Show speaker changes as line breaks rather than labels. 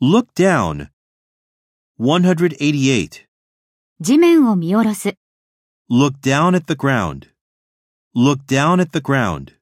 Look down. 188.
地面を見下ろす。
Look down at the ground. Look down at the ground.